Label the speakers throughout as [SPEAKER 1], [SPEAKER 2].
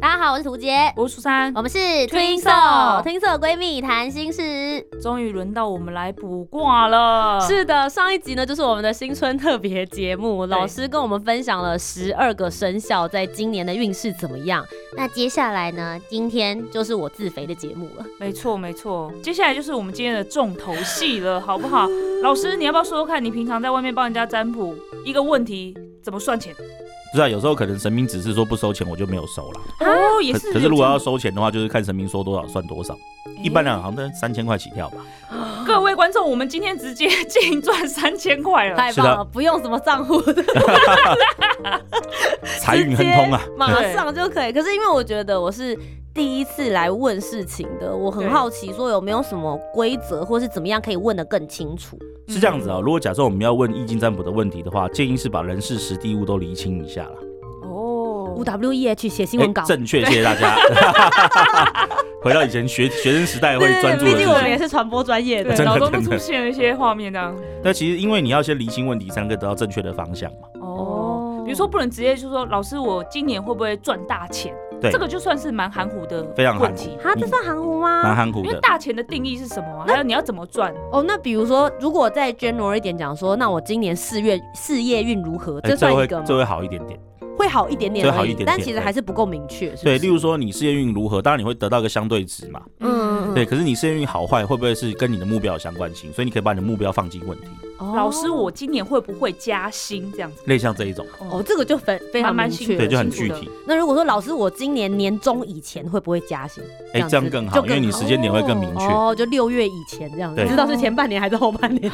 [SPEAKER 1] 大家好，我是涂杰，
[SPEAKER 2] 我是苏珊，
[SPEAKER 1] 我们是
[SPEAKER 2] 听
[SPEAKER 1] 手
[SPEAKER 2] 手
[SPEAKER 1] 听手闺蜜谈心事。
[SPEAKER 2] 终于轮到我们来卜卦了。
[SPEAKER 3] 嗯
[SPEAKER 1] 是的，上一集呢就是我们的新春特别节目，老师跟我们分享了十二个生肖在今年的运势怎么样。那接下来呢，今天就是我自肥的节目了。
[SPEAKER 2] 没错，没错。接下来就是我们今天的重头戏了， 好不好？老师，你要不要说说看，你平常在外面帮人家占卜，一个问题怎么算钱？
[SPEAKER 3] 不是啊，有时候可能神明只是说不收钱，我就没有收啦。
[SPEAKER 1] 啊
[SPEAKER 2] 哦，也
[SPEAKER 3] 可
[SPEAKER 2] 是有这种。
[SPEAKER 3] 可是如果要收钱的话，就是看神明说多少算多少。一般人好像三千块起跳吧。
[SPEAKER 2] 各位观众，我们今天直接净赚三千块了。
[SPEAKER 1] 太
[SPEAKER 3] 是的
[SPEAKER 1] 棒了，不用什么账户的，
[SPEAKER 3] 财运亨通啊！
[SPEAKER 1] 马上就可以。可是因为我觉得我是第一次来问事情的，我很
[SPEAKER 2] 对
[SPEAKER 1] 好奇说有没有什么规则，或是怎么样可以问得更清楚。
[SPEAKER 3] 是这
[SPEAKER 1] 嗯
[SPEAKER 3] 样子啊、如果假设我们要问易经占卜的问题的话，建议是把人事时地物都厘清一下啦。
[SPEAKER 1] 五
[SPEAKER 2] 哦，
[SPEAKER 1] W E H 写新闻稿
[SPEAKER 3] 诶，正确，谢谢大家。 回到以前学学生时代会专注
[SPEAKER 1] 毕
[SPEAKER 3] 的
[SPEAKER 1] 竟
[SPEAKER 3] 事
[SPEAKER 1] 我们
[SPEAKER 3] 情。
[SPEAKER 1] 也是传播专业的
[SPEAKER 2] 对，
[SPEAKER 3] 真的
[SPEAKER 2] 脑中都
[SPEAKER 3] 真
[SPEAKER 2] 出
[SPEAKER 3] 的
[SPEAKER 2] 现了一些画面这样。
[SPEAKER 3] 那其实因为你要先厘清问题，才能得到正确的方向嘛。
[SPEAKER 2] 哦
[SPEAKER 1] 哦，
[SPEAKER 2] 比如说不能直接就说老师，我今年会不会赚大钱？
[SPEAKER 3] 对
[SPEAKER 2] 这个就算是蛮含糊的
[SPEAKER 3] 非常含
[SPEAKER 2] 问
[SPEAKER 3] 糊
[SPEAKER 2] 题，
[SPEAKER 1] 哈，这
[SPEAKER 3] 嗯
[SPEAKER 1] 算含糊吗？
[SPEAKER 3] 蛮含糊
[SPEAKER 2] 因为
[SPEAKER 3] 的。
[SPEAKER 2] 大钱的定义是什么啊？还有你要怎么赚？
[SPEAKER 1] 哦，那比如说，如果再 general 一点讲说，那我今年四月事业运如何？
[SPEAKER 3] 诶
[SPEAKER 1] 这算
[SPEAKER 3] 会
[SPEAKER 1] 一个吗？
[SPEAKER 3] 哎这会好一点点。
[SPEAKER 1] 会好一点点而已，
[SPEAKER 3] 这好一点点
[SPEAKER 1] 但其实还是不够明确，是不
[SPEAKER 3] 对，
[SPEAKER 1] 是？
[SPEAKER 3] 例如说你事业运如何，当然你会得到一个相对值嘛。
[SPEAKER 1] 嗯，嗯，
[SPEAKER 3] 对，可是你事业运好坏会不会是跟你的目标有相关性？所以你可以把你的目标放进问题，
[SPEAKER 1] 哦
[SPEAKER 2] 老师，我今年会不会加薪？这样子，
[SPEAKER 3] 类似像这一种，
[SPEAKER 1] 哦，这个就非非常
[SPEAKER 2] 蛮
[SPEAKER 1] 明
[SPEAKER 2] 蛮清
[SPEAKER 1] 确。
[SPEAKER 2] 楚的
[SPEAKER 3] 对，就很具体。
[SPEAKER 1] 那如果说老师，我今年年中以前会不会加薪？
[SPEAKER 3] 哎、
[SPEAKER 1] 这
[SPEAKER 3] 这
[SPEAKER 1] 样
[SPEAKER 3] 样
[SPEAKER 1] 子
[SPEAKER 3] 更
[SPEAKER 1] 就
[SPEAKER 3] 好，
[SPEAKER 1] 更
[SPEAKER 3] 因为你时间点会更明确，
[SPEAKER 1] 哦，就六月以前这样子，
[SPEAKER 3] 对
[SPEAKER 1] 知道是前半年还是后半年。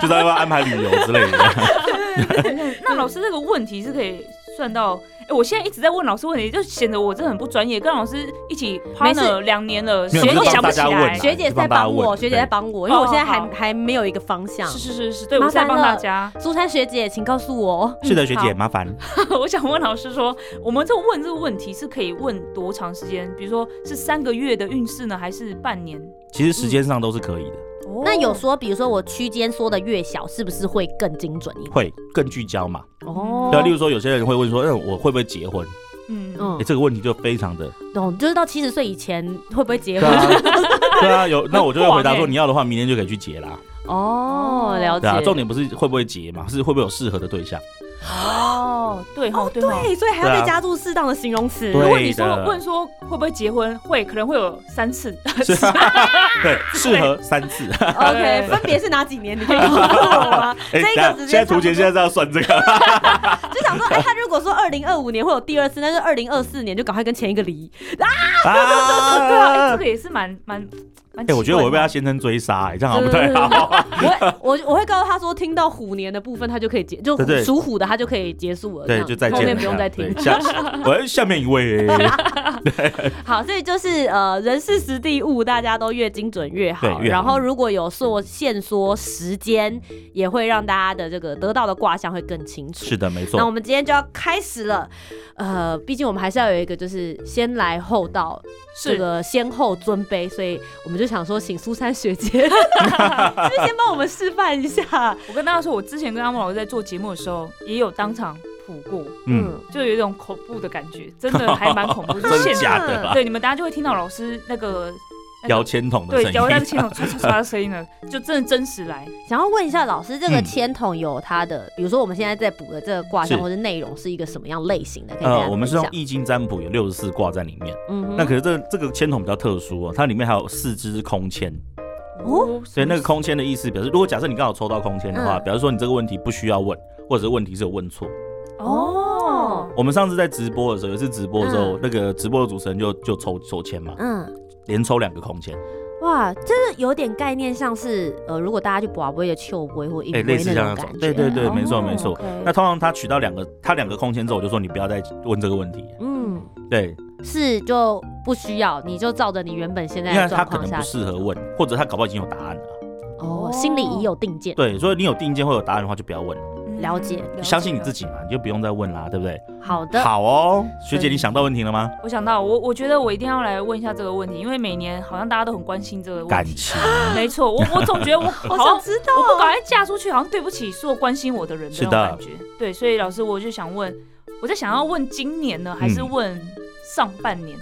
[SPEAKER 3] 知道要不要安排旅游之类
[SPEAKER 1] 嗯
[SPEAKER 3] 的。
[SPEAKER 2] 那老师这个问题是可以算到。哎、我现在一直在问老师问题，就显得我真的很不专业。跟老师一起
[SPEAKER 1] 没事
[SPEAKER 2] partner 两年了，
[SPEAKER 3] 没
[SPEAKER 2] 谁
[SPEAKER 3] 有
[SPEAKER 2] 都
[SPEAKER 3] 就是
[SPEAKER 2] 想不
[SPEAKER 3] 帮大
[SPEAKER 2] 起
[SPEAKER 3] 家问
[SPEAKER 2] 来
[SPEAKER 3] 啊。
[SPEAKER 1] 学姐在帮我，学姐在帮我，因为我现在还
[SPEAKER 2] 哦好
[SPEAKER 1] 还没有一个方向。
[SPEAKER 2] 是是是是，对
[SPEAKER 1] 麻
[SPEAKER 2] 我是在
[SPEAKER 1] 烦
[SPEAKER 2] 帮
[SPEAKER 1] 了
[SPEAKER 2] 大家。
[SPEAKER 1] 苏珊学姐，请告诉
[SPEAKER 2] 哦
[SPEAKER 1] 我。
[SPEAKER 3] 是的，学姐，
[SPEAKER 2] 好
[SPEAKER 3] 麻烦。
[SPEAKER 2] 我想问老师说，我们这问这个问题是可以问多长时间？比如说是三个月的运势呢，还是半年？
[SPEAKER 3] 其实时间上都是可以的，
[SPEAKER 1] 哦那有说，比如说我区间缩的越小，是不是会更精准一点？
[SPEAKER 3] 会更聚焦嘛。
[SPEAKER 1] 哦
[SPEAKER 3] 对啊，例如说有些人会问说，嗯，我会不会结婚？
[SPEAKER 2] 嗯
[SPEAKER 1] 嗯
[SPEAKER 3] 哎、这个问题就非常的，
[SPEAKER 1] 懂，就是到七十岁以前会不会结
[SPEAKER 3] 对
[SPEAKER 1] 婚？
[SPEAKER 3] 啊，对 啊，有那我就会回答
[SPEAKER 2] 很广
[SPEAKER 3] 说，
[SPEAKER 2] 欸
[SPEAKER 3] 你要的话，明天就可以去结啦。
[SPEAKER 1] 哦，了解。
[SPEAKER 3] 对啊，重点不是会不会结嘛，是会不会有适合的对象。
[SPEAKER 2] 哦，对哈、
[SPEAKER 1] 哦，
[SPEAKER 2] 对哈。
[SPEAKER 1] 对，所以还要
[SPEAKER 3] 对啊
[SPEAKER 1] 再加入适当的形容词。
[SPEAKER 3] 对
[SPEAKER 2] 如果你说
[SPEAKER 3] 的
[SPEAKER 2] 问说会不会结婚，会可能会有三次，
[SPEAKER 3] 是啊 对，适合三 次。
[SPEAKER 1] OK，分别是哪几年？你可以告诉我吗？ 这
[SPEAKER 3] 哎、等一
[SPEAKER 1] 个
[SPEAKER 3] 下
[SPEAKER 1] 直
[SPEAKER 3] 现
[SPEAKER 1] 接
[SPEAKER 3] 在图杰现在是要算这个，
[SPEAKER 1] 就想说，哎，他如果说二零二五年会有第二次，那就二零二四年就赶快跟前一个离。
[SPEAKER 2] 对啊，
[SPEAKER 3] 啊
[SPEAKER 2] 哎这个也是蛮蛮蛮。
[SPEAKER 3] 哎、我觉得我会被他
[SPEAKER 2] 他
[SPEAKER 3] 先生追杀、哎，这样好像不太
[SPEAKER 1] 嗯
[SPEAKER 3] 好。
[SPEAKER 1] 我我我会告诉他说，听到虎年的部分，他就可以结，就
[SPEAKER 3] 对对
[SPEAKER 1] 属虎的他就可以结束了。这
[SPEAKER 3] 对，
[SPEAKER 1] 样
[SPEAKER 3] 就再见了。
[SPEAKER 1] 后面不用再听
[SPEAKER 3] 对。下，哎我下面一位，
[SPEAKER 1] 好，所以就是呃，人事实地物，大家都越精准越好。
[SPEAKER 3] 对越好
[SPEAKER 1] 然后如果有做限缩时间，也会让大家的这个得到的卦象会更清楚。
[SPEAKER 3] 是的，没
[SPEAKER 1] 那我
[SPEAKER 3] 错，
[SPEAKER 1] 们今天就要开始了，呃，毕竟我们还是要有一个就是先来后到，这
[SPEAKER 2] 是
[SPEAKER 1] 个先后尊卑，所以我们就想说，请苏珊学姐， 就先帮我们示范一下。
[SPEAKER 2] 我跟大家说，我之前跟阿木老师在做节目的时候，也有当场谱过，
[SPEAKER 3] 嗯，，
[SPEAKER 2] 就有一种恐怖的感觉，真 的还蛮恐怖，就是
[SPEAKER 3] 真
[SPEAKER 2] 现场。
[SPEAKER 3] 假的啦，
[SPEAKER 2] 对，你们大家就会听到老师那个那个
[SPEAKER 3] 摇签筒的
[SPEAKER 2] 对
[SPEAKER 3] 声
[SPEAKER 2] 摇在
[SPEAKER 3] 音，啊
[SPEAKER 2] 前头唰唰唰的声音了，就真的真实来。
[SPEAKER 1] 想要问一下老师，这个
[SPEAKER 3] 嗯
[SPEAKER 1] 签筒有它的，比如说我们现在在补的这个卦象
[SPEAKER 3] 是
[SPEAKER 1] 或者内容是一个什么样类型的？可以跟大
[SPEAKER 3] 呃，
[SPEAKER 1] 家
[SPEAKER 3] 我们是
[SPEAKER 1] 分
[SPEAKER 3] 用
[SPEAKER 1] 享
[SPEAKER 3] 易经占卜，有六十四卦在里面。
[SPEAKER 1] 嗯哼
[SPEAKER 3] 那可是这这个签筒比较特殊哦，它里面还有四支空签，
[SPEAKER 1] 哦，
[SPEAKER 3] 所以那个空签的意思表示，如果假设你刚好抽到空签的话，
[SPEAKER 1] 嗯
[SPEAKER 3] 表示说你这个问题不需要问，或者是问题是有问错。
[SPEAKER 2] 哦，
[SPEAKER 3] 我们上次在直播的时候，有一次直播的时候
[SPEAKER 1] 嗯，
[SPEAKER 3] 那个直播的主持人就就抽抽签嘛，
[SPEAKER 1] 嗯。
[SPEAKER 3] 连抽两个空签，
[SPEAKER 1] 哇，就是有点概念，像是呃，如果大家去宝贝的秋龟或一龟
[SPEAKER 3] 哎类似
[SPEAKER 1] 那种
[SPEAKER 3] 像那种
[SPEAKER 1] 感觉，
[SPEAKER 3] 对对对
[SPEAKER 1] 哦
[SPEAKER 3] 没错没错
[SPEAKER 1] OK
[SPEAKER 3] 那通常他取到两个，他两个空间之后，我就说你不要再问这个问题。
[SPEAKER 1] 嗯，
[SPEAKER 3] 对，
[SPEAKER 1] 是就不需要，你就照着你原本现在
[SPEAKER 3] 因为
[SPEAKER 1] 的
[SPEAKER 3] 他
[SPEAKER 1] 状
[SPEAKER 3] 可
[SPEAKER 1] 况
[SPEAKER 3] 能
[SPEAKER 1] 下
[SPEAKER 3] 不
[SPEAKER 1] 去
[SPEAKER 3] 适合问，或者他搞不好已经有答案了。
[SPEAKER 1] 哦，心里已有定见。
[SPEAKER 3] 对，所以你有定见或有答案的话，就不要问了，
[SPEAKER 2] 嗯
[SPEAKER 1] 了解
[SPEAKER 3] 相信你自
[SPEAKER 2] 己。
[SPEAKER 3] 己嘛，你就不用再问啦，对不对？
[SPEAKER 1] 好的，
[SPEAKER 3] 好哦，学姐，
[SPEAKER 2] 对
[SPEAKER 3] 你想到问题了吗？
[SPEAKER 2] 我想到，我我觉得我一定要来问一下这个问题，因为每年好像大家都很关心这个问
[SPEAKER 3] 感
[SPEAKER 2] 题。
[SPEAKER 3] 情，
[SPEAKER 1] 啊
[SPEAKER 2] 没错，我我总觉得我好像
[SPEAKER 1] 知道
[SPEAKER 2] 我不赶快嫁出去，好像对不起所有关心我的人的
[SPEAKER 3] 是
[SPEAKER 2] 那
[SPEAKER 3] 的
[SPEAKER 2] 种感觉。对，所以老师，我就想问，我在想要问今年呢，还是
[SPEAKER 3] 嗯
[SPEAKER 2] 问上半年？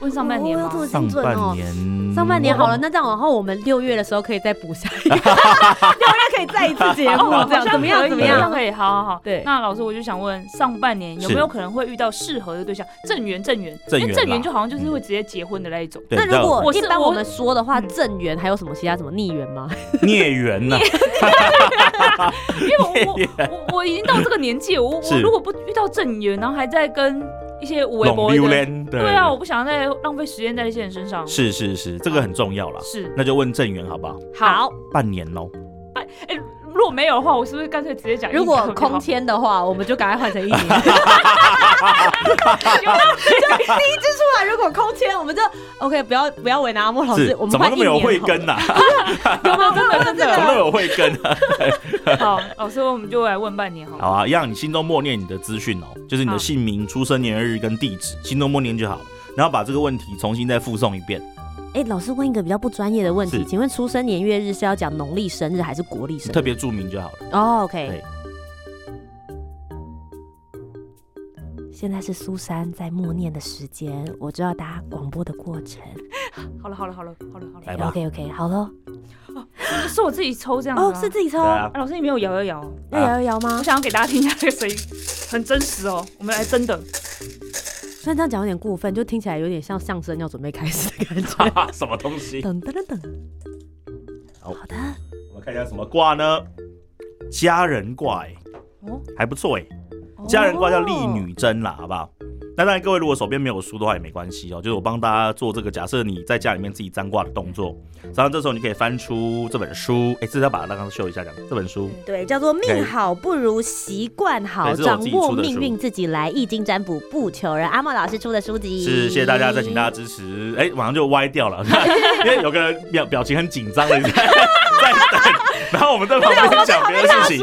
[SPEAKER 2] 问上半年
[SPEAKER 1] 哦
[SPEAKER 2] 吗？
[SPEAKER 1] 要这么
[SPEAKER 3] 上
[SPEAKER 1] 精准
[SPEAKER 3] 半
[SPEAKER 1] 哦。
[SPEAKER 3] 年，
[SPEAKER 1] 上半年好了，
[SPEAKER 3] 哦，
[SPEAKER 1] 那这样往后我们六月的时候可以再补下 一个，要不然可以再一次节目
[SPEAKER 2] 哦，
[SPEAKER 1] 这样怎么
[SPEAKER 2] 好
[SPEAKER 1] 样？
[SPEAKER 2] 像
[SPEAKER 1] 怎么
[SPEAKER 2] 可以好像哦
[SPEAKER 1] 样？
[SPEAKER 2] 可以，好好好。
[SPEAKER 1] 对
[SPEAKER 2] 那老师，我就想问，上半年有
[SPEAKER 3] 是
[SPEAKER 2] 没有可能会遇到适合的对象？正缘，正缘，
[SPEAKER 3] 正
[SPEAKER 2] 因为
[SPEAKER 3] 缘
[SPEAKER 2] 正
[SPEAKER 3] 啦
[SPEAKER 2] 缘就好像就是会直接结婚的那一种。
[SPEAKER 3] 对
[SPEAKER 1] 那
[SPEAKER 3] 比较
[SPEAKER 1] 如
[SPEAKER 3] 有
[SPEAKER 1] 果
[SPEAKER 2] 我
[SPEAKER 1] 一
[SPEAKER 2] 是
[SPEAKER 1] 般
[SPEAKER 2] 我
[SPEAKER 1] 我们说的话，
[SPEAKER 2] 嗯
[SPEAKER 1] 正缘还有什么其他什么逆缘吗？
[SPEAKER 3] 孽缘 呢？
[SPEAKER 2] 因为 我我我我已经到这个年纪，我我
[SPEAKER 3] 嗯是
[SPEAKER 2] 如果不遇到正缘，然后还在跟一些无为博
[SPEAKER 3] 拢
[SPEAKER 2] 的
[SPEAKER 3] 溜
[SPEAKER 2] 人，
[SPEAKER 3] 连，
[SPEAKER 2] 对啊，我不想再浪费时间在这些人身上。
[SPEAKER 3] 是是是，这个很重要啦。
[SPEAKER 2] 是，
[SPEAKER 3] 那就问正缘好不好？
[SPEAKER 2] 好，
[SPEAKER 3] 半年哦喽，
[SPEAKER 2] 哎，如果没有的话，我是不是干脆直接讲一年
[SPEAKER 1] 如
[SPEAKER 2] 就好？
[SPEAKER 1] 果空签的话，我们就赶快换成一 年。就第一支出来，如果空签，我们就 OK，不要不要为难阿莫老
[SPEAKER 3] 是
[SPEAKER 1] 师，我们
[SPEAKER 3] 怎么
[SPEAKER 1] 换
[SPEAKER 3] 那
[SPEAKER 1] 一
[SPEAKER 3] 么
[SPEAKER 1] 年
[SPEAKER 3] 有慧
[SPEAKER 1] 好
[SPEAKER 3] 根呐？
[SPEAKER 1] 有没有真 的真
[SPEAKER 3] 怎么那么
[SPEAKER 1] 的？
[SPEAKER 3] 有慧根啊？
[SPEAKER 2] 好，老师，我们就来问半年好了。
[SPEAKER 3] 好啊，让你心中默念你的资讯哦，就是你的
[SPEAKER 2] 好
[SPEAKER 3] 姓名、出生年月日跟地址，心中默念就好了。然后把这个问题重新再附送一遍，
[SPEAKER 1] 哎，老师问一个比较不专业的问
[SPEAKER 3] 是
[SPEAKER 1] 题，请问出生年月日是要讲农历生日还是国历生
[SPEAKER 3] 特
[SPEAKER 1] 日？
[SPEAKER 3] 别注明就好了。
[SPEAKER 1] 哦，OK
[SPEAKER 3] 对。
[SPEAKER 1] 现在是苏珊在默念的时间，我知道大家广播的过程。
[SPEAKER 2] 好了，好了，好了，好了，好
[SPEAKER 3] 来
[SPEAKER 2] 了，
[SPEAKER 3] 吧
[SPEAKER 1] OK OK，好喽。
[SPEAKER 2] 是我自己抽这样子
[SPEAKER 1] 哦，
[SPEAKER 2] 吗
[SPEAKER 1] 是自己抽，
[SPEAKER 3] 对啊
[SPEAKER 1] 要
[SPEAKER 2] 啊老师，你没有摇摇摇。
[SPEAKER 1] 摇摇摇吗
[SPEAKER 2] 我？想要给大家听一下这个声音，很真实哦。我们来真的，
[SPEAKER 1] 虽然这样讲有点过分，就听起来有点像相声要准备开始的感觉。
[SPEAKER 3] 啊 什么东西？
[SPEAKER 1] 等等等等，
[SPEAKER 3] 好
[SPEAKER 1] 好的，
[SPEAKER 3] 我们看一下什么卦呢？家人卦、欸，
[SPEAKER 2] 哦
[SPEAKER 3] 还不错哎、家人卦叫利女贞啦，好不好？那当然，各位如果手边没有书的话也没关系哦，就是我帮大家做这个假设，你在家里面自己占卦的动作，然后这时候你可以翻出这本书，哎、这是要把它刚刚秀一下讲这本书，
[SPEAKER 1] 对，哦叫做
[SPEAKER 3] 对
[SPEAKER 1] 命好不如习惯好，
[SPEAKER 3] 对这是我
[SPEAKER 1] 掌
[SPEAKER 3] 自己
[SPEAKER 1] 握
[SPEAKER 3] 出的
[SPEAKER 1] 命
[SPEAKER 3] 书
[SPEAKER 1] 运自己来。易经占卜不求人，阿茂老师出的书籍。
[SPEAKER 3] 是谢谢大家，再请大家支持，哎、马上就歪掉了， 因为有个人表表情很紧张的在 在等，然后我们在旁边讲别的事情，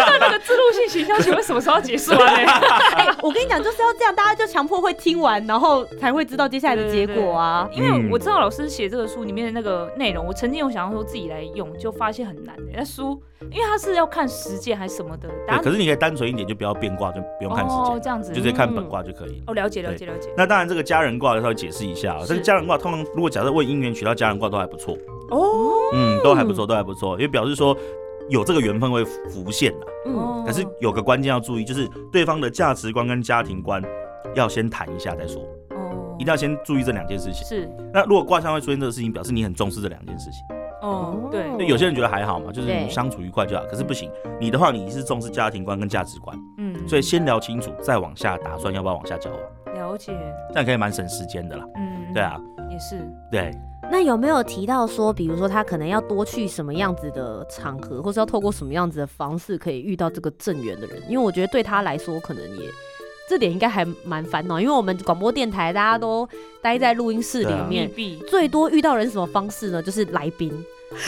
[SPEAKER 2] 那那个自录性行销，请问什么时候要结束 啊？
[SPEAKER 1] 哎、我跟你讲，就是要这样，大家就强迫会听完，然后才会知道接下来的结果啊。
[SPEAKER 2] 因为我知道老师写这个书里面的那个内容，我曾经有想要说自己来用，就发现很难。那书，因为它是要看实践还是什么的，
[SPEAKER 3] 对，可是你可以单纯一点，就不要变卦，就不用看时
[SPEAKER 2] 哦
[SPEAKER 3] 间，
[SPEAKER 2] 这样子
[SPEAKER 3] 就直，接看本卦就可以了。
[SPEAKER 2] 哦了解了解了解，
[SPEAKER 3] 那当然，这个家人卦稍微解释一下啊，
[SPEAKER 2] 是
[SPEAKER 3] 这个家人卦通常如果假设问姻缘取到家人卦都还不错，
[SPEAKER 2] 哦
[SPEAKER 3] 嗯，都还不错，都还不错，因为表示说有这个缘分会浮现的。
[SPEAKER 2] 哦
[SPEAKER 1] 嗯，
[SPEAKER 3] 可是有个关键要注意，就是对方的价值观跟家庭观要先谈一下再说，
[SPEAKER 2] 哦
[SPEAKER 3] 一定要先注意这两件事情。
[SPEAKER 2] 是
[SPEAKER 3] 那如果卦象会出现这个事情，表示你很重视这两件事情。
[SPEAKER 2] 哦对
[SPEAKER 1] 哦
[SPEAKER 3] 那有些人觉得还好嘛，就是
[SPEAKER 1] 对
[SPEAKER 3] 相处愉快就好，可是不行，你的话你是重视家庭观跟价值观，
[SPEAKER 2] 嗯，
[SPEAKER 3] 所以先聊清楚，再往下打算要不要往下交往，
[SPEAKER 2] 了解
[SPEAKER 3] 这样可以蛮省时间的啦。
[SPEAKER 2] 嗯
[SPEAKER 3] 对啊，
[SPEAKER 2] 也是
[SPEAKER 3] 对。
[SPEAKER 1] 那有没有提到说，比如说他可能要多去什么样子的场合，或是要透过什么样子的方式可以遇到这个正缘的人？因为我觉得对他来说，可能也这点应该还蛮烦恼，因为我们广播电台大家都待在录音室
[SPEAKER 3] 对
[SPEAKER 1] 里
[SPEAKER 3] 啊
[SPEAKER 2] 密
[SPEAKER 1] 面，
[SPEAKER 2] 闭
[SPEAKER 1] 最多遇到人是什么方式呢？就是来宾。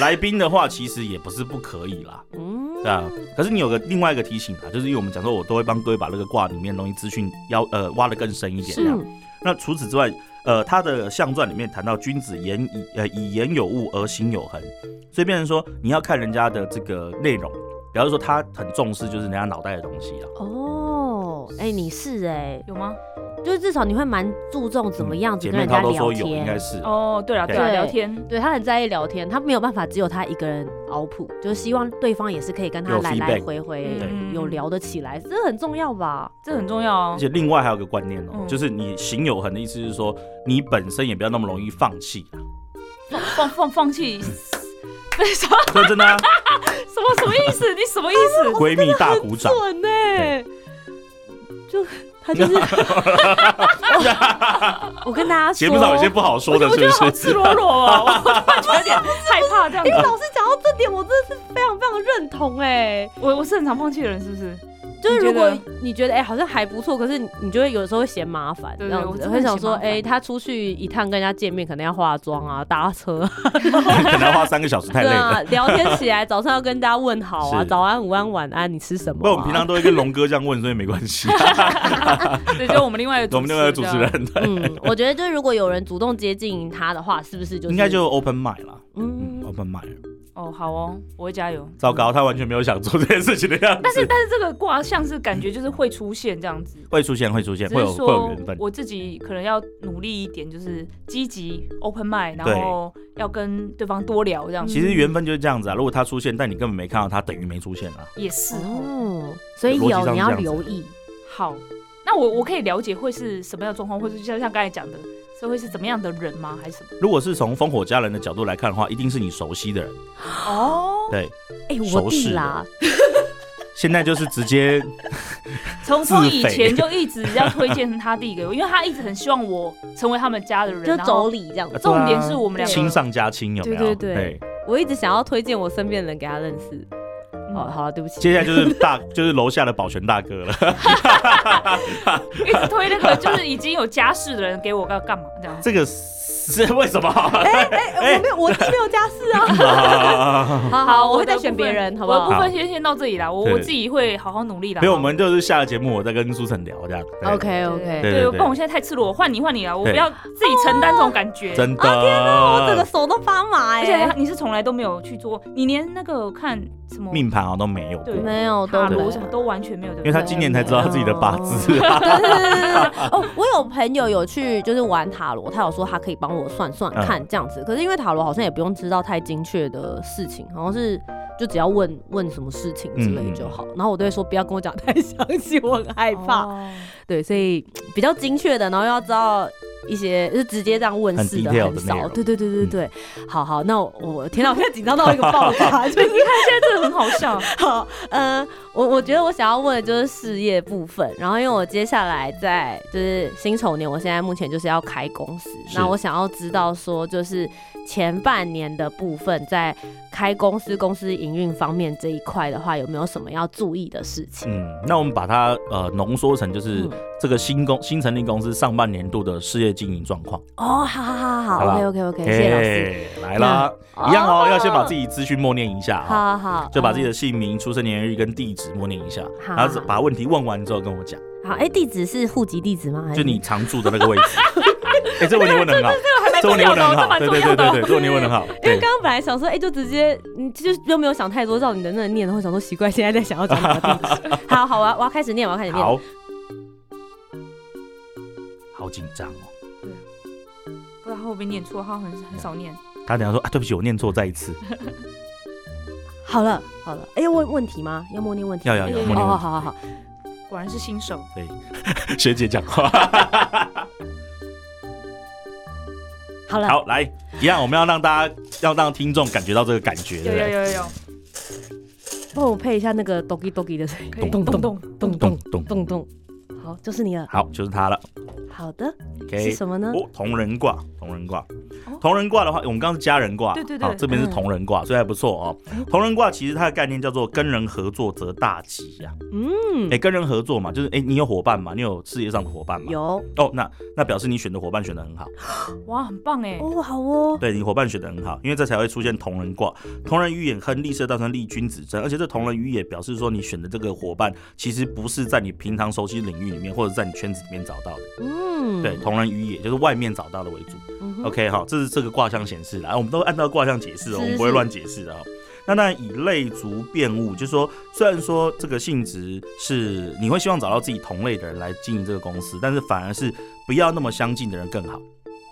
[SPEAKER 3] 来宾的话，其实也不是不可以啦，
[SPEAKER 1] 嗯
[SPEAKER 3] 对，啊。可是你有个另外一个提醒啊，就是因为我们讲说，我都会帮各位把那个卦里面的东西资讯要呃挖得更深一点这样。
[SPEAKER 1] 嗯
[SPEAKER 3] 那除此之外，呃，他的象传里面谈到君子言以呃以言有物而行有恒，所以变成说你要看人家的这个内容，比方说他很重视就是人家脑袋的东西啊。
[SPEAKER 1] 哦，哎、你是哎、
[SPEAKER 2] 有吗？
[SPEAKER 1] 就是至少你会蛮注重怎么样子
[SPEAKER 3] 姐
[SPEAKER 1] 跟
[SPEAKER 3] 妹
[SPEAKER 1] 人
[SPEAKER 3] 她
[SPEAKER 1] 家
[SPEAKER 3] 都
[SPEAKER 1] 聊
[SPEAKER 3] 说有，应
[SPEAKER 1] 天
[SPEAKER 3] 该。是
[SPEAKER 2] 哦对了对了，
[SPEAKER 1] 对
[SPEAKER 2] 聊天
[SPEAKER 1] 对他很在意聊天，他没有办法只有他一个人熬谱，就是希望对方也是可以跟他
[SPEAKER 3] 有
[SPEAKER 1] 来来
[SPEAKER 3] feedback
[SPEAKER 1] 回回
[SPEAKER 2] 对
[SPEAKER 1] 有聊得起来，这很重要吧？
[SPEAKER 2] 这很重要哦
[SPEAKER 3] 而。且另外还有个观念哦、
[SPEAKER 2] 嗯
[SPEAKER 3] 就是你行有恒的意思是说，你本身也不要那么容易放弃啊。
[SPEAKER 2] 放放放弃， 那什么
[SPEAKER 3] 说真 的、啊，
[SPEAKER 2] 什么什么意思？你什么意 思？
[SPEAKER 3] 闺蜜大鼓 掌。
[SPEAKER 1] 准呢、就他就是， 我跟大家
[SPEAKER 3] 节
[SPEAKER 1] 说，
[SPEAKER 3] 目上有些不好说的，
[SPEAKER 2] 我
[SPEAKER 3] 是
[SPEAKER 2] 觉得好
[SPEAKER 3] 不
[SPEAKER 2] 赤
[SPEAKER 3] 是？
[SPEAKER 2] 裸裸哦，我突然觉得有点害怕这样
[SPEAKER 1] 因为
[SPEAKER 2] 子。
[SPEAKER 1] 老师讲到这点，我真的是非常非常认同哎、
[SPEAKER 2] 我我是很常放弃的人，是不是？
[SPEAKER 1] 就是
[SPEAKER 2] 你
[SPEAKER 1] 如
[SPEAKER 2] 觉
[SPEAKER 1] 果
[SPEAKER 2] 得
[SPEAKER 1] 你觉得哎、好像还不错，可是你你就会有时候会嫌麻烦，
[SPEAKER 2] 对
[SPEAKER 1] 这
[SPEAKER 2] 对
[SPEAKER 1] 样
[SPEAKER 2] 我
[SPEAKER 1] 子
[SPEAKER 2] 真的
[SPEAKER 1] 会
[SPEAKER 2] 很
[SPEAKER 1] 想
[SPEAKER 2] 嫌
[SPEAKER 1] 说
[SPEAKER 2] 麻
[SPEAKER 1] 哎、
[SPEAKER 2] 烦
[SPEAKER 1] 他出去一趟跟人家见面，可能要化妆啊、搭车啊，
[SPEAKER 3] 可能要花三个小时，太累
[SPEAKER 1] 对
[SPEAKER 3] 了。
[SPEAKER 1] 啊，聊天起来早上要跟大家问好啊，
[SPEAKER 3] 是
[SPEAKER 1] 早安、午安、晚安，你吃什么、
[SPEAKER 3] 不，
[SPEAKER 1] 啊？
[SPEAKER 3] 我们平常都会跟龙哥这样问，所以没关 系。
[SPEAKER 2] 对，就我们另外一个
[SPEAKER 3] 我们另外的主持人
[SPEAKER 1] 嗯，我觉得就是如果有人主动接近他的话，是不是就是
[SPEAKER 3] 应该就 open mind 啦，嗯
[SPEAKER 1] 嗯，
[SPEAKER 3] ，open mind。
[SPEAKER 2] 哦，好哦，我会加油。
[SPEAKER 3] 糟糕，他完全没有想做这件事情的样子。
[SPEAKER 2] 但是但是这个卦像是感觉就是会出现这样子，
[SPEAKER 3] 会出现，会出现，
[SPEAKER 2] 只
[SPEAKER 3] 会有
[SPEAKER 2] 是
[SPEAKER 3] 会有
[SPEAKER 2] 说
[SPEAKER 3] 缘分。
[SPEAKER 2] 我自己可能要努力一点，就是积极 open mind，
[SPEAKER 3] 对
[SPEAKER 2] 然后要跟对方多聊这样子。
[SPEAKER 3] 其实缘分就是这样子啊，如果他出现，但你根本没看到他，等于没出现啊。
[SPEAKER 2] 也是哦。
[SPEAKER 1] 哦，所以
[SPEAKER 3] 逻
[SPEAKER 1] 有
[SPEAKER 3] 辑上
[SPEAKER 1] 你
[SPEAKER 3] 是这
[SPEAKER 1] 要
[SPEAKER 3] 样子
[SPEAKER 1] 留意，
[SPEAKER 2] 好，那我我可以了解会是什么样的状况，或者就像像刚才讲的，这会是怎么样的人吗？还是什么？
[SPEAKER 3] 如果是从烽火家人的角度来看的话，一定是你熟悉的人。
[SPEAKER 2] 哦，
[SPEAKER 3] 对，
[SPEAKER 1] 哎、
[SPEAKER 3] 熟
[SPEAKER 1] 我
[SPEAKER 3] 识
[SPEAKER 1] 弟
[SPEAKER 3] 的
[SPEAKER 1] 啦，
[SPEAKER 3] 现在就是直接
[SPEAKER 2] 从从以
[SPEAKER 3] 自肥
[SPEAKER 2] 前就一直要推荐他第一个，因为他一直很希望我成为他们家的人，
[SPEAKER 1] 就
[SPEAKER 2] 然
[SPEAKER 1] 走
[SPEAKER 2] 后
[SPEAKER 1] 礼这样
[SPEAKER 3] 呃
[SPEAKER 1] 子。
[SPEAKER 2] 重点是我们
[SPEAKER 1] 对啊
[SPEAKER 2] 两个
[SPEAKER 3] 亲上加亲，有没有？
[SPEAKER 1] 对对对我一直想要推荐我身边的人给他认识。哦
[SPEAKER 2] 嗯
[SPEAKER 3] 啊
[SPEAKER 1] 好，好了，对不起。
[SPEAKER 3] 接下来就是大， 就是楼下的保全大哥了。
[SPEAKER 2] 一直推那个就是已经有家室的人给我干干嘛这样？
[SPEAKER 3] 这个是为什么？
[SPEAKER 1] 哎我没有，我弟没有家室啊。好好，我会再选别人，好不
[SPEAKER 2] 我的部
[SPEAKER 1] 好
[SPEAKER 2] 分先先到这里啦，我
[SPEAKER 3] 对
[SPEAKER 2] 我自己会好好努力啦。
[SPEAKER 3] 没有，我们就是下了节目，我再跟苏晨聊这样。对
[SPEAKER 1] ？OK
[SPEAKER 2] 对
[SPEAKER 1] OK。
[SPEAKER 3] 对对
[SPEAKER 2] 对，不然我现在太赤裸，换你换你啊啦，我
[SPEAKER 3] 对
[SPEAKER 2] 不要自己承担这种感觉。
[SPEAKER 3] 真的。
[SPEAKER 2] 哦
[SPEAKER 1] 我哦整个手都发麻
[SPEAKER 2] 而
[SPEAKER 1] 哎
[SPEAKER 2] 且，你是从来都没有去做，你连那个看什么
[SPEAKER 3] 命盘好像都没有过，
[SPEAKER 2] 对
[SPEAKER 3] 因
[SPEAKER 1] 没有都
[SPEAKER 2] 塔
[SPEAKER 1] 没
[SPEAKER 2] 罗
[SPEAKER 1] 有。
[SPEAKER 2] 什么都完全没有，对不对？
[SPEAKER 3] 为他今年才知道他自己的八 字。
[SPEAKER 1] 对对对对对哦，我有朋友有去就是玩塔罗，他有说他可以帮我算算
[SPEAKER 3] 嗯
[SPEAKER 1] 看这样子。可是因为塔罗好像也不用知道太精确的事情，好像是就只要问问什么事情之
[SPEAKER 3] 嗯
[SPEAKER 1] 类就好。然后我都会说不要跟我讲太详细，我很害怕。
[SPEAKER 2] 哦
[SPEAKER 1] 对，所以嗯比较精确的，然后又要知道一些，就直接这样问
[SPEAKER 3] 很
[SPEAKER 1] 事的
[SPEAKER 3] detail
[SPEAKER 1] 很
[SPEAKER 3] 的内
[SPEAKER 1] 少。
[SPEAKER 3] 容嗯
[SPEAKER 1] 对对对对对，好好，那我我天哪，我现在紧张到一个爆 炸，就是
[SPEAKER 2] 现在真的很好笑，
[SPEAKER 1] 好，呃，我我觉得我想要问的就是事业部分，然后因为我接下来在就是辛丑年，我现在目前就是要开公司，
[SPEAKER 3] 是
[SPEAKER 1] 那我想要知道说就是前半年的部分在开公司、公司营运方面这一块的话，有没有什么要注意的事情？
[SPEAKER 3] 嗯，那我们把它呃浓缩成就是
[SPEAKER 1] 嗯
[SPEAKER 3] 这个新公新成立公司上半年度的事业经营状况。
[SPEAKER 1] 哦，好好好好
[SPEAKER 3] 好
[SPEAKER 1] 好
[SPEAKER 3] 吧
[SPEAKER 1] ，OK OK OK，谢谢老师，
[SPEAKER 3] 嘿来啦，一样哦，要先把自己资讯默念一下啊，
[SPEAKER 1] 好好好，
[SPEAKER 3] 就把自己
[SPEAKER 1] 嗯
[SPEAKER 3] 的姓名、出生年月日跟地址默念一下，
[SPEAKER 1] 好
[SPEAKER 3] 然后把问题问完之后跟我讲，
[SPEAKER 1] 好，哎、地址是户籍地址吗？还是
[SPEAKER 3] 就你常住的那个位置。哎，这问题问的很好，这问题问的很好，
[SPEAKER 2] 这蛮
[SPEAKER 3] 对
[SPEAKER 2] 重
[SPEAKER 3] 对
[SPEAKER 2] 要
[SPEAKER 3] 对
[SPEAKER 2] 的
[SPEAKER 3] 对
[SPEAKER 2] 哦
[SPEAKER 3] 对，这问题问的很好，
[SPEAKER 1] 因为
[SPEAKER 3] 对
[SPEAKER 1] 刚刚本来想说，哎、就直接，嗯，就是又没有想太多，照你的那个念，然后想说奇怪，现在在想要讲哪个地址？ 好好，我要我要开始念，我要开始念。
[SPEAKER 3] 好，好紧张哦。
[SPEAKER 2] 不知道他会不会念错，他很很少念。
[SPEAKER 3] 他等下说啊，对不起，我念错，再一次。
[SPEAKER 1] 好了，好了，哎、要问问题吗？要默念问题？
[SPEAKER 3] 要要要
[SPEAKER 1] 哎
[SPEAKER 3] 默念
[SPEAKER 1] 哦，
[SPEAKER 3] 问
[SPEAKER 1] 好好好，
[SPEAKER 2] 果然是新手，
[SPEAKER 3] 学姐讲话。
[SPEAKER 1] 好了，
[SPEAKER 3] 好，来，一样，我们要让大家，要让听众感觉到这个感觉，对
[SPEAKER 2] 有有
[SPEAKER 3] 不对？
[SPEAKER 2] 有有有，
[SPEAKER 1] 帮我配一下那个 doki doki 的声音，
[SPEAKER 2] 可以
[SPEAKER 1] 咚咚
[SPEAKER 2] 动动
[SPEAKER 1] 咚。咚
[SPEAKER 3] 咚
[SPEAKER 1] 咚
[SPEAKER 3] 咚，
[SPEAKER 1] 咚咚。好，就是你了。
[SPEAKER 3] 好，就是它了。
[SPEAKER 1] 好的，是
[SPEAKER 3] OK，
[SPEAKER 1] 什么呢？
[SPEAKER 3] 哦，同人卦，同人卦
[SPEAKER 2] 哦，
[SPEAKER 3] 同人卦的话，我们刚刚是家人卦，
[SPEAKER 2] 对对嗯哎
[SPEAKER 3] 好
[SPEAKER 2] 对
[SPEAKER 3] 这边是同人卦，所以还不错哦。同人卦其实它的概念叫做跟人合作则大吉呀。
[SPEAKER 1] 嗯，
[SPEAKER 3] 哎，跟人合作嘛，就是哎，你有伙伴嘛，你有事业上的伙伴嘛。
[SPEAKER 1] 有
[SPEAKER 3] 哦，那那表示你选的伙伴选的很好，
[SPEAKER 2] 哇，很棒哎，
[SPEAKER 1] 哦，好哦，
[SPEAKER 3] 对你伙伴选的很好，因为这才会出现同人卦。同人鱼眼亨利射道成利君子贞，而且这同人鱼也表示说你选的这个伙伴其实不是在你平常熟悉领域里面或者在你圈子里面找到的，
[SPEAKER 1] 嗯，
[SPEAKER 3] 对，同人鱼也就是外面找到的为主。
[SPEAKER 1] 嗯哼
[SPEAKER 3] OK，好，这是这个卦象显示的，啊我们都按照卦象解释
[SPEAKER 1] 是
[SPEAKER 3] 哦，我们不会
[SPEAKER 1] 是
[SPEAKER 3] 乱解释的哦。那当然以类族辨物，就是说，虽然说这个性质是你会希望找到自己同类的人来经营这个公司，但是反而是不要那么相近的人更好。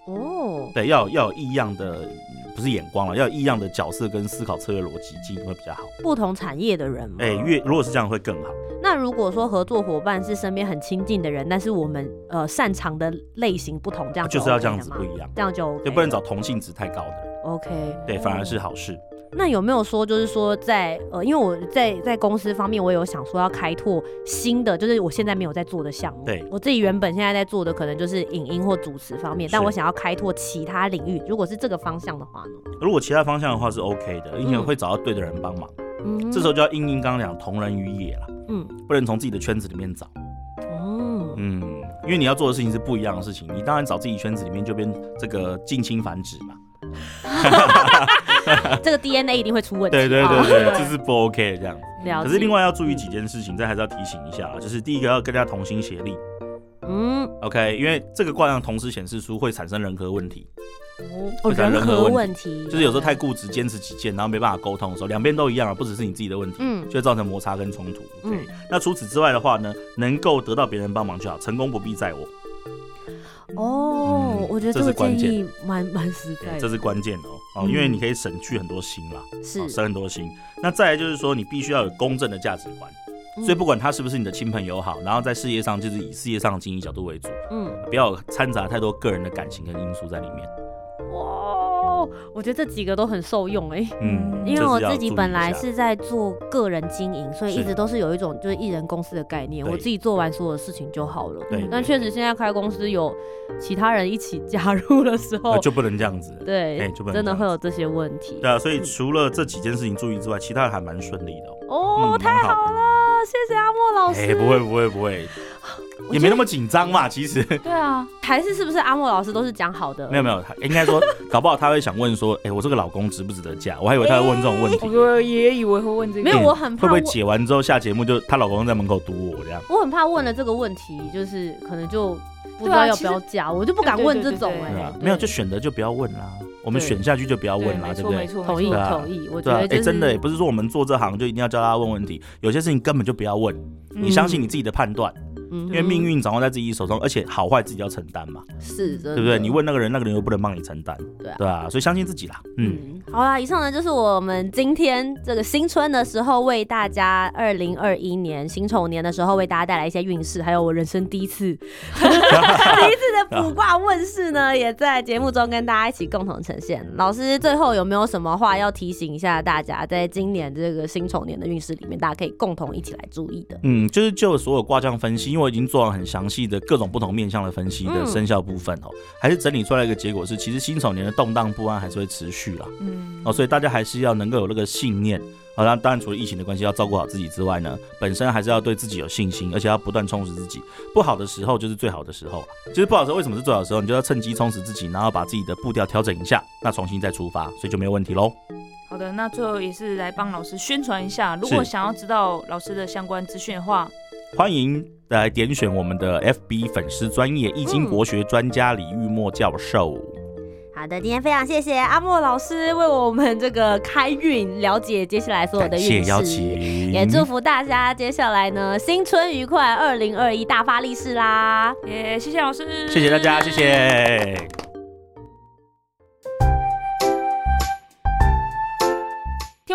[SPEAKER 1] 哦，
[SPEAKER 3] 对，要有要有异样的，嗯不是眼光了，要有异样的角色跟思考策略逻辑经营会比较好。
[SPEAKER 1] 不同产业的人嘛。
[SPEAKER 3] 哎、越如果是这样会更好。
[SPEAKER 1] 那如果说合作伙伴是身边很亲近的人，但是我们呃擅长的类型不同，这样
[SPEAKER 3] 啊就是要
[SPEAKER 1] OK
[SPEAKER 3] 这样子
[SPEAKER 1] 的吗
[SPEAKER 3] 不一样
[SPEAKER 1] 这样就 OK
[SPEAKER 3] 也不能找同性质太高的，
[SPEAKER 1] OK。
[SPEAKER 3] 对，反而是好事。
[SPEAKER 1] 那有没有说就是说在呃，因为我在在公司方面，我有想说要开拓新的，就是我现在没有在做的项目。
[SPEAKER 3] 对
[SPEAKER 1] 我自己原本现在在做的可能就是影音或主持方面，但
[SPEAKER 3] 是
[SPEAKER 1] 我想要开拓其他领域。如果是这个方向的话呢？
[SPEAKER 3] 如果其他方向的话是 OK 的，因为
[SPEAKER 1] 嗯
[SPEAKER 3] 会找到对的人帮忙。
[SPEAKER 1] 嗯
[SPEAKER 3] 这时候就要应应刚刚讲同人于野了，
[SPEAKER 1] 嗯
[SPEAKER 3] 不能从自己的圈子里面找。
[SPEAKER 1] 哦，
[SPEAKER 3] 嗯，因为你要做的事情是不一样的事情，你当然找自己圈子里面就变这个近亲繁殖嘛。
[SPEAKER 1] 这个 DNA 一定会出问题。
[SPEAKER 3] 对对
[SPEAKER 1] 啊
[SPEAKER 3] 对对，
[SPEAKER 2] 对
[SPEAKER 3] 这是不 OK 这样。
[SPEAKER 1] 了解。嗯
[SPEAKER 3] 可是另外要注意几件事情，这还是要提醒一下啦，就是第一个要跟大家同心协力
[SPEAKER 1] 嗯，
[SPEAKER 3] ，OK，因为这个挂上同时显示书会产生人格问题，
[SPEAKER 1] 哦，
[SPEAKER 3] 会讲
[SPEAKER 1] 人
[SPEAKER 3] 人
[SPEAKER 1] 和
[SPEAKER 3] 和
[SPEAKER 1] 问
[SPEAKER 3] 问
[SPEAKER 1] 题，
[SPEAKER 3] 就是有时候太固执、坚持己见，然后没办法沟通的时候，两边都一样啊，不只是你自己的问题，
[SPEAKER 1] 嗯
[SPEAKER 3] 就会造成摩擦跟冲突。
[SPEAKER 1] 嗯
[SPEAKER 3] OK，那除此之外的话呢，能够得到别人帮忙就好，成功不必在我，
[SPEAKER 1] 哦，
[SPEAKER 3] 嗯
[SPEAKER 1] 我觉得
[SPEAKER 3] 这
[SPEAKER 1] 这个
[SPEAKER 3] 是关
[SPEAKER 1] 建议蛮蛮实在
[SPEAKER 3] 这
[SPEAKER 1] 的，
[SPEAKER 3] 是关键哦哦，
[SPEAKER 1] 嗯
[SPEAKER 3] 因为你可以省去很多心啦。
[SPEAKER 1] 是
[SPEAKER 3] 哦，省很多心。那再来就是说，你必须要有公正的价值观，
[SPEAKER 1] 嗯
[SPEAKER 3] 所以不管他是不是你的亲朋友好，然后在事业上就是以事业上的经营角度为主，
[SPEAKER 1] 嗯，
[SPEAKER 3] 不要掺杂太多个人的感情跟因素在里面。
[SPEAKER 1] 哇，我觉得这几个都很受用哎、
[SPEAKER 3] 嗯，
[SPEAKER 1] 因为
[SPEAKER 3] 这
[SPEAKER 1] 我
[SPEAKER 3] 是要
[SPEAKER 1] 自己
[SPEAKER 3] 注意
[SPEAKER 1] 本
[SPEAKER 3] 一
[SPEAKER 1] 来
[SPEAKER 3] 下
[SPEAKER 1] 是在做个人经营，所以一
[SPEAKER 3] 是
[SPEAKER 1] 直都是有一种就是艺人公司的概念，
[SPEAKER 3] 对
[SPEAKER 1] 我自己做完所有的事情就好了。
[SPEAKER 3] 对
[SPEAKER 1] 但
[SPEAKER 3] 对
[SPEAKER 1] 确实现在开公司有其他人一起加入的时候
[SPEAKER 3] 呃，就不能这样子。
[SPEAKER 1] 对，
[SPEAKER 3] 哎就不能
[SPEAKER 1] 真的
[SPEAKER 3] 这样
[SPEAKER 1] 会有这些问题。
[SPEAKER 3] 对啊，所以除了这几件事情注意之外，其他的还蛮顺利的哦。
[SPEAKER 1] 哦，
[SPEAKER 3] 嗯
[SPEAKER 1] 太
[SPEAKER 3] 蛮好的
[SPEAKER 1] 好了，谢谢阿莫老师。
[SPEAKER 3] 哎，不会，不会不会，也没那么紧张嘛。其实
[SPEAKER 2] 对啊，
[SPEAKER 1] 还是是不是阿莫老师都是讲好的？
[SPEAKER 3] 没有没有，他应该说，搞不好他会想问说，哎，我这个老公值不值得嫁？我还以为他会问这种问题。
[SPEAKER 2] 我也以为会问这个，
[SPEAKER 1] 没有
[SPEAKER 3] 哎
[SPEAKER 1] 我很怕
[SPEAKER 3] 会不会
[SPEAKER 1] 问
[SPEAKER 3] 解完之后下节目就她老公在门口堵我这样？
[SPEAKER 1] 我很怕问了这个问题，就是可能就不知
[SPEAKER 2] 对
[SPEAKER 1] 道
[SPEAKER 2] 啊
[SPEAKER 1] 要
[SPEAKER 2] 其
[SPEAKER 1] 不
[SPEAKER 2] 实
[SPEAKER 1] 要嫁，我就不敢
[SPEAKER 2] 对对
[SPEAKER 1] 问
[SPEAKER 2] 对
[SPEAKER 1] 这
[SPEAKER 2] 对
[SPEAKER 1] 种
[SPEAKER 2] 对
[SPEAKER 1] 哎、
[SPEAKER 3] 对啊，
[SPEAKER 1] 对
[SPEAKER 3] 没有就选择就不要问啦，我们
[SPEAKER 1] 对
[SPEAKER 3] 选下去就不要
[SPEAKER 2] 对
[SPEAKER 3] 问啦，对不
[SPEAKER 2] 没
[SPEAKER 3] 对？
[SPEAKER 2] 错，
[SPEAKER 1] 同意
[SPEAKER 3] 对啊
[SPEAKER 1] 同意，我觉
[SPEAKER 3] 对啊，
[SPEAKER 1] 得
[SPEAKER 3] 哎、
[SPEAKER 1] 就是
[SPEAKER 3] 真的也不是说我们做这行就一定要教大家问问题，有些事情根本就不要问，你相信你自己的判断，
[SPEAKER 1] 嗯
[SPEAKER 3] 因为命运掌握在自己手中，而且好坏自己要承担嘛，
[SPEAKER 1] 是真的，
[SPEAKER 3] 对不对？你问那个人，那个人又不能帮你承担，
[SPEAKER 1] 对啊
[SPEAKER 3] 所以相信自己啦，嗯，
[SPEAKER 1] 嗯，好啦，以上呢就是我们今天这个新春的时候为大家，二零二一年辛丑年的时候为大家带来一些运势，还有我人生第一次 第一次的卜卦问世呢，也在节目中跟大家一起共同呈现。老师最后有没有什么话要提醒一下大家，在今年这个辛丑年的运势里面，大家可以共同一起来注意的？
[SPEAKER 3] 嗯，就是就所有卦象分析，因为我已经做完很详细的各种不同面向的分析的
[SPEAKER 1] 嗯
[SPEAKER 3] 生肖部分哦，还是整理出来一个结果是，其实辛丑年的动荡不安还是会持续啦。
[SPEAKER 2] 嗯，
[SPEAKER 3] 哦，所以大家还是要能够有那个信念。好、那当然除了疫情的关系要照顾好自己之外呢，本身还是要对自己有信心，而且要不断充实自己。不好的时候就是最好的时候了，就是不好的时候为什么是最好的时候？你就要趁机充实自己，然后把自己的步调调整一下，那重新再出发，所以就没有问题喽。
[SPEAKER 2] 好的，那最后也是来帮老师宣传一下，如
[SPEAKER 3] 是
[SPEAKER 2] 果想要知道老师的相关资讯的话，
[SPEAKER 3] 欢迎来点选我们的 FB 粉丝专业
[SPEAKER 1] 嗯
[SPEAKER 3] 易经国学专家李玉墨教授。
[SPEAKER 1] 好的，今天非常谢谢阿莫老师为我们这个开运，了解接下来所有的
[SPEAKER 3] 感谢
[SPEAKER 1] 运势。
[SPEAKER 3] 邀请，
[SPEAKER 1] 也祝福大家接下来呢新春愉快，二零二一大发利市啦！
[SPEAKER 2] 也谢谢老师，
[SPEAKER 3] 谢谢大家，谢谢。
[SPEAKER 2] 听